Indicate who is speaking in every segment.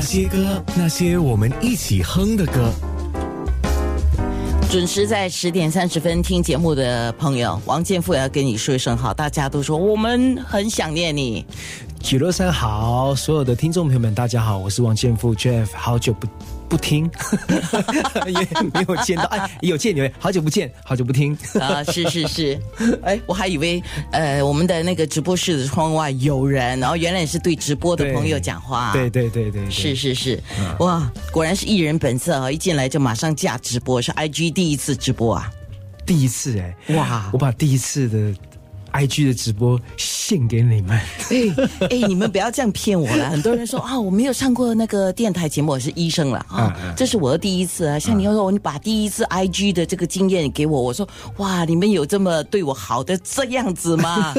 Speaker 1: 些歌，那些我们一起哼的歌。
Speaker 2: 准时在十点三十分听节目的朋友，王健富也要跟你说一声好。大家都说我们很想念你，
Speaker 3: 九六三好，所有的听众朋友们，大家好，我是王健富 Jeff，好久不不 听，也没有见到，哎，有见有，好久不见，好久不听，
Speaker 2: 啊，是是是，哎，我还以为呃我们的那个直播室的窗外有人，然后原来是对直播的
Speaker 3: 对
Speaker 2: 朋友讲
Speaker 1: 啊
Speaker 2: 话，
Speaker 3: 对对对对，对嗯
Speaker 2: 是，是是，哇，果然是艺人本色啊！一进来就马上架直播，是 IG 第一次直播啊！
Speaker 3: 第一次哎、
Speaker 2: 哇
Speaker 3: 我把第一次的 IG 的直播献给你们，
Speaker 2: 哎、你们不要这样骗我了。很多人说啊，我没有上过那个电台节目，我是医生了啊，
Speaker 3: 嗯
Speaker 2: 这是我的第一次啊。像你要说你把第一次 IG 的这个经验给我，我说哇，你们有这么对我好的这样子吗？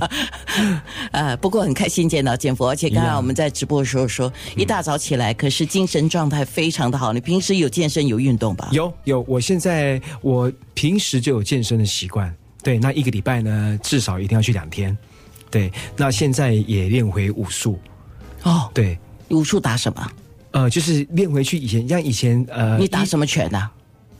Speaker 2: 呃，不过很开心见到建福，而且刚刚我们在直播的时候说，一大早起来，可是精神状态非常的好。你平时有健身有运动吧？
Speaker 3: 有有，我现在我平时就有健身的习惯，对，那一个礼拜呢，至少一定要去两天，对，那现在也练回武术，
Speaker 2: 哦，
Speaker 3: 对。
Speaker 2: 武术打什么？
Speaker 3: 呃，就是练回去以前，像以前呃，
Speaker 2: 你打
Speaker 3: 一
Speaker 2: 什么拳啊？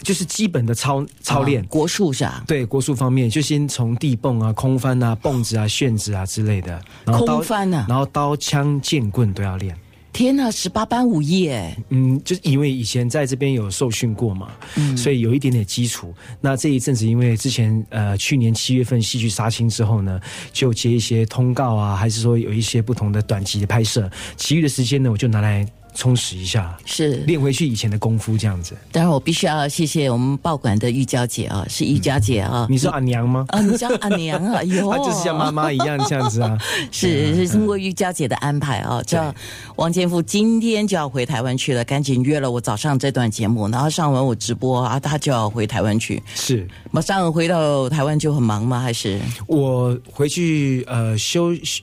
Speaker 3: 就是基本的操操练，
Speaker 2: 啊国术是吧？
Speaker 3: 对国术方面，就先从地蹦啊、空翻啊、蹦子啊、旋子啊之类的，然后刀
Speaker 2: 空翻啊
Speaker 3: 然后刀枪剑棍都要练。
Speaker 2: 天哪，十八般武艺哎！
Speaker 3: 嗯，就是因为以前在这边有受训过嘛，
Speaker 2: 嗯
Speaker 3: 所以有一点点基础。那这一阵子，因为之前呃去年七月份戏剧杀青之后呢，就接一些通告啊，还是说有一些不同的短期的拍摄，其余的时间呢，我就拿来充实一下，
Speaker 2: 是，
Speaker 3: 练回去以前的功夫这样子。
Speaker 2: 当然我必须要谢谢我们报馆的玉娇姐啊，是玉娇姐 啊。
Speaker 3: 你是阿娘吗？
Speaker 2: 啊，你叫阿娘 啊，有，
Speaker 3: 她就是像妈妈一样这样子啊。
Speaker 2: 是是通过玉娇姐的安排啊，叫王建富今天就要回台湾去了，赶紧约了我早上这段节目，然后上完我直播啊，他就要回台湾去，
Speaker 3: 是
Speaker 2: 马上回到台湾就很忙吗？还是
Speaker 3: 我回去呃休息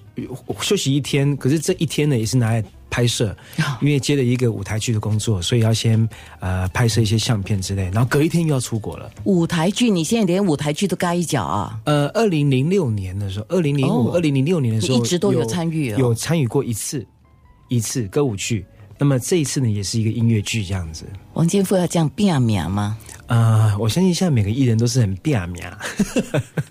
Speaker 3: 休息一天，可是这一天呢也是拿来拍摄，
Speaker 2: 哦
Speaker 3: 因为接了一个舞台剧的工作，所以要先呃拍摄一些相片之类，然后隔一天又要出国了。
Speaker 2: 舞台剧？你现在连舞台剧都盖一脚啊？
Speaker 3: 呃，二零零六年的时候，二零零五、
Speaker 2: 哦
Speaker 3: 二零零六年的时候，
Speaker 2: 你一直都有参与哦
Speaker 3: 有参与过一次，一次歌舞剧。那么这一次呢，也是一个音乐剧这样子。
Speaker 2: 王建富要这样变名吗？
Speaker 3: 呃，我相信现在每个艺人都是很变啊名，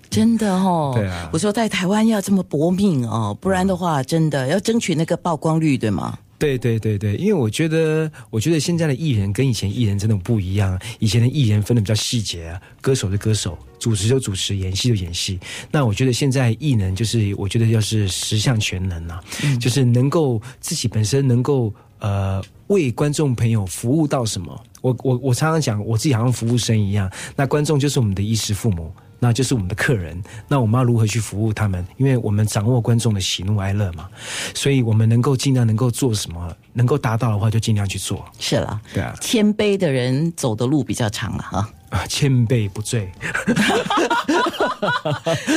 Speaker 2: 真的哦，
Speaker 3: 对啊
Speaker 2: 我说在台湾要这么搏命哦，不然的话，真的要争取那个曝光率，对吗？
Speaker 3: 对对对对，因为我觉得，我觉得现在的艺人跟以前艺人真的不一样。啊以前的艺人分的比较细节啊，歌手就歌手，主持就主持，演戏就演戏。那我觉得现在艺人就是，我觉得要是十项全能啊，就是能够自己本身能够呃为观众朋友服务到什么。我我我常常讲，我自己好像服务生一样，那观众就是我们的衣食父母。那就是我们的客人，那我们要如何去服务他们？因为我们掌握观众的喜怒哀乐嘛，所以我们能够尽量能够做什么，能够达到的话就尽量去做
Speaker 2: 是了，
Speaker 3: 对啊
Speaker 2: 谦卑的人走的路比较长了 哈。
Speaker 3: 啊，谦卑不醉。？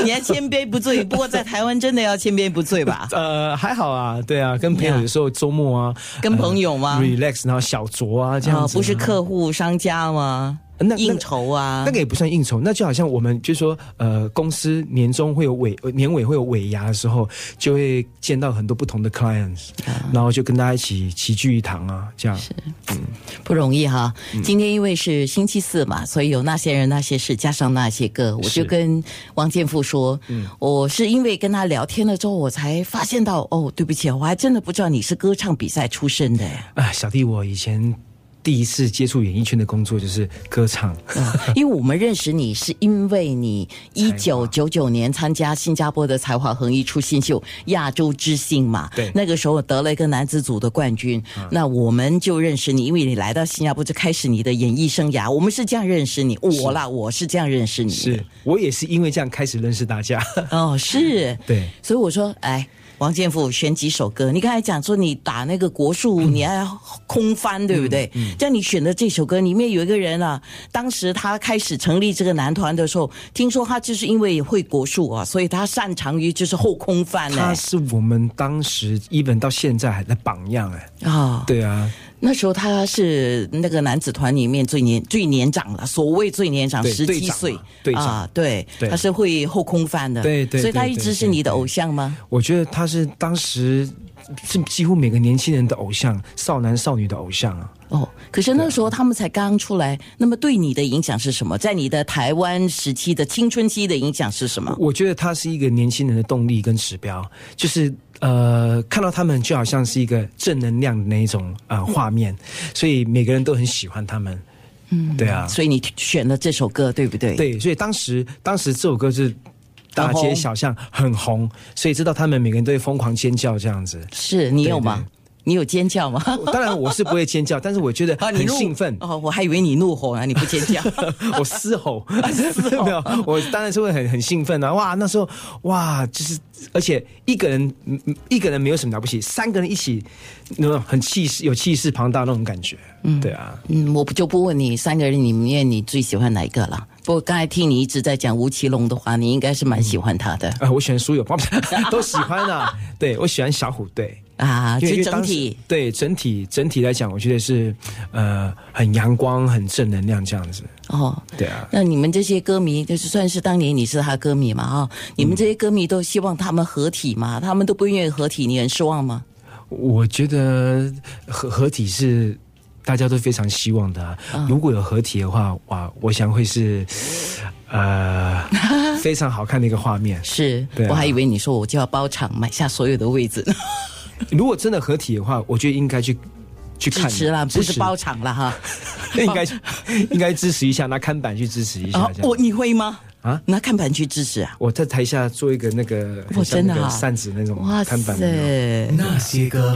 Speaker 2: 你还谦卑不醉，不过在台湾真的要谦卑不醉吧
Speaker 3: 呃，还好啊，对啊，跟朋友
Speaker 2: Yeah
Speaker 3: 有时候周末啊，
Speaker 2: 跟朋友吗
Speaker 3: 呃、？relax，然后小酌啊，这样子、
Speaker 2: 不是。客户、商家吗？
Speaker 3: 那那个
Speaker 2: 应酬啊，
Speaker 3: 那个也不算应酬，那就好像我们就说，呃，公司年终会有尾，呃年尾会有尾牙的时候，就会见到很多不同的 clients，、然
Speaker 2: 啊
Speaker 3: 后就跟大家一起齐聚一堂啊，这样。
Speaker 2: 不容易哈。
Speaker 3: 嗯
Speaker 2: 今天因为是星期四嘛，所以有那些人、那些事，加上那些歌，我
Speaker 3: 是嗯
Speaker 2: 就跟王建富说，我是因为跟他聊天了之后，我才发现到，哦，对不起，我还真的不知道你是歌唱比赛出身的耶。
Speaker 3: 啊，小弟，我以前第一次接触演艺圈的工作 就是歌唱，
Speaker 2: 因为我们认识你是因为你一九九九年参加新加坡的才华横溢出新秀亚洲之星嘛，
Speaker 3: 对嗯
Speaker 2: 那个时候得了一个男子组的冠军，那我们就认识你，因为你来到新加坡就开始你的演艺生涯，我们是这样认识你，我啦，我是这样认识你，
Speaker 3: 是我也是因为这样开始认识大 家。
Speaker 2: 哦，是，
Speaker 3: 对，
Speaker 2: 所以我说，哎。王建富选几首歌？你刚才讲说你打那个国术，
Speaker 3: 嗯
Speaker 2: 你还要空翻，对不对？但你选的这首歌里面有一个人啊，当时他开始成立这个男团的时候，听说他就是因为会国术啊，所以他擅长于就是后空翻呢、
Speaker 3: 他是我们当时 even 到现在还在榜样哎、
Speaker 2: 啊、
Speaker 3: 对啊，
Speaker 2: 那时候他是那个男子团里面最年最年长了，所谓最年长，
Speaker 3: 对
Speaker 2: 十
Speaker 3: 队
Speaker 2: 七
Speaker 3: 长嘛
Speaker 2: 岁
Speaker 3: 队长
Speaker 2: 啊，对，
Speaker 3: 对
Speaker 2: 他是会后空翻的，
Speaker 3: 对对
Speaker 2: 所以他
Speaker 3: 对
Speaker 2: 一
Speaker 3: 对
Speaker 2: 直是
Speaker 3: 对
Speaker 2: 你的
Speaker 3: 对
Speaker 2: 偶像吗？
Speaker 3: 我觉得他是当时是几乎每个年轻人的偶像，少男少女的偶像啊。
Speaker 2: 哦，可是那时候他们才刚出来，那么对你的影响是什么？在你的台湾时期的青春期的影响是什么？
Speaker 3: 我觉得他是一个年轻人的动力跟指标，就是呃，看到他们就好像是一个正能量的那一种呃画面，所以每个人都很喜欢他们。嗯，对啊，
Speaker 2: 所以你选了这首歌，对不对？，
Speaker 3: 对，所以当时当时这首歌是大街小巷很红，所以知道他们每个人都会疯狂尖叫这样子。
Speaker 2: 是你有
Speaker 3: 对
Speaker 2: 吗？你有尖叫吗？
Speaker 3: 当然我是不会尖叫，但是我觉得
Speaker 2: 啊，你
Speaker 3: 很
Speaker 2: 怒
Speaker 3: 兴奋。
Speaker 2: 哦，我还以为你怒吼呢，你不尖 叫。
Speaker 3: 我嘶 吼，
Speaker 2: 啊
Speaker 3: 没有，我当然是会很很兴奋啊！哇，那时候哇，就是而且一个人嗯嗯一个人没有什么了不起，三个人一起，那种很气势有气势庞大那种感觉，嗯，对啊，
Speaker 2: 嗯，我不就不问你三个人里面你最喜欢哪一个了。不过刚才听你一直在讲吴奇隆的话，你应该是蛮喜欢他的、
Speaker 3: 啊，我喜欢苏有朋， 都喜欢啊，对我喜欢小虎队。
Speaker 2: 啊，
Speaker 3: 嗯因为
Speaker 2: 就
Speaker 3: 因为
Speaker 2: 整
Speaker 3: 当时
Speaker 2: 体。
Speaker 3: 对整体整体来讲，我觉得是呃很阳光、很正能量这样子，
Speaker 2: 哦，
Speaker 3: 对啊。
Speaker 2: 那你们这些歌迷，就是算是当年你是他歌迷嘛啊、你们这些歌迷都希望他们合体嘛，他们都不愿意合体，你很失望吗？
Speaker 3: 我觉得合合体是大家都非常希望的、啊。
Speaker 2: 嗯
Speaker 3: 如果有合体的话，哇，我想会是呃 非常好看的一个画面。
Speaker 2: 是，
Speaker 3: 对啊
Speaker 2: 我还以为你说我就要包场买下所有的位置，
Speaker 3: 如果真的合体的话，我觉得应该去去
Speaker 2: 支
Speaker 3: 看啊
Speaker 2: 持啦，不
Speaker 3: 支
Speaker 2: 是
Speaker 3: 持
Speaker 2: 包场啦哈。
Speaker 3: 应该应该支持一下，拿看板去支持一下
Speaker 2: 啊，
Speaker 3: 这样。
Speaker 2: 我你会吗？
Speaker 3: 啊
Speaker 2: 拿看板去支持啊？
Speaker 3: 我在台下做一个那个，
Speaker 2: 我
Speaker 3: 很像
Speaker 2: 真的
Speaker 3: 那个
Speaker 2: 啊
Speaker 3: 扇子那种
Speaker 2: 哇
Speaker 3: 哦看板有没有。
Speaker 2: 塞！
Speaker 1: 那些歌。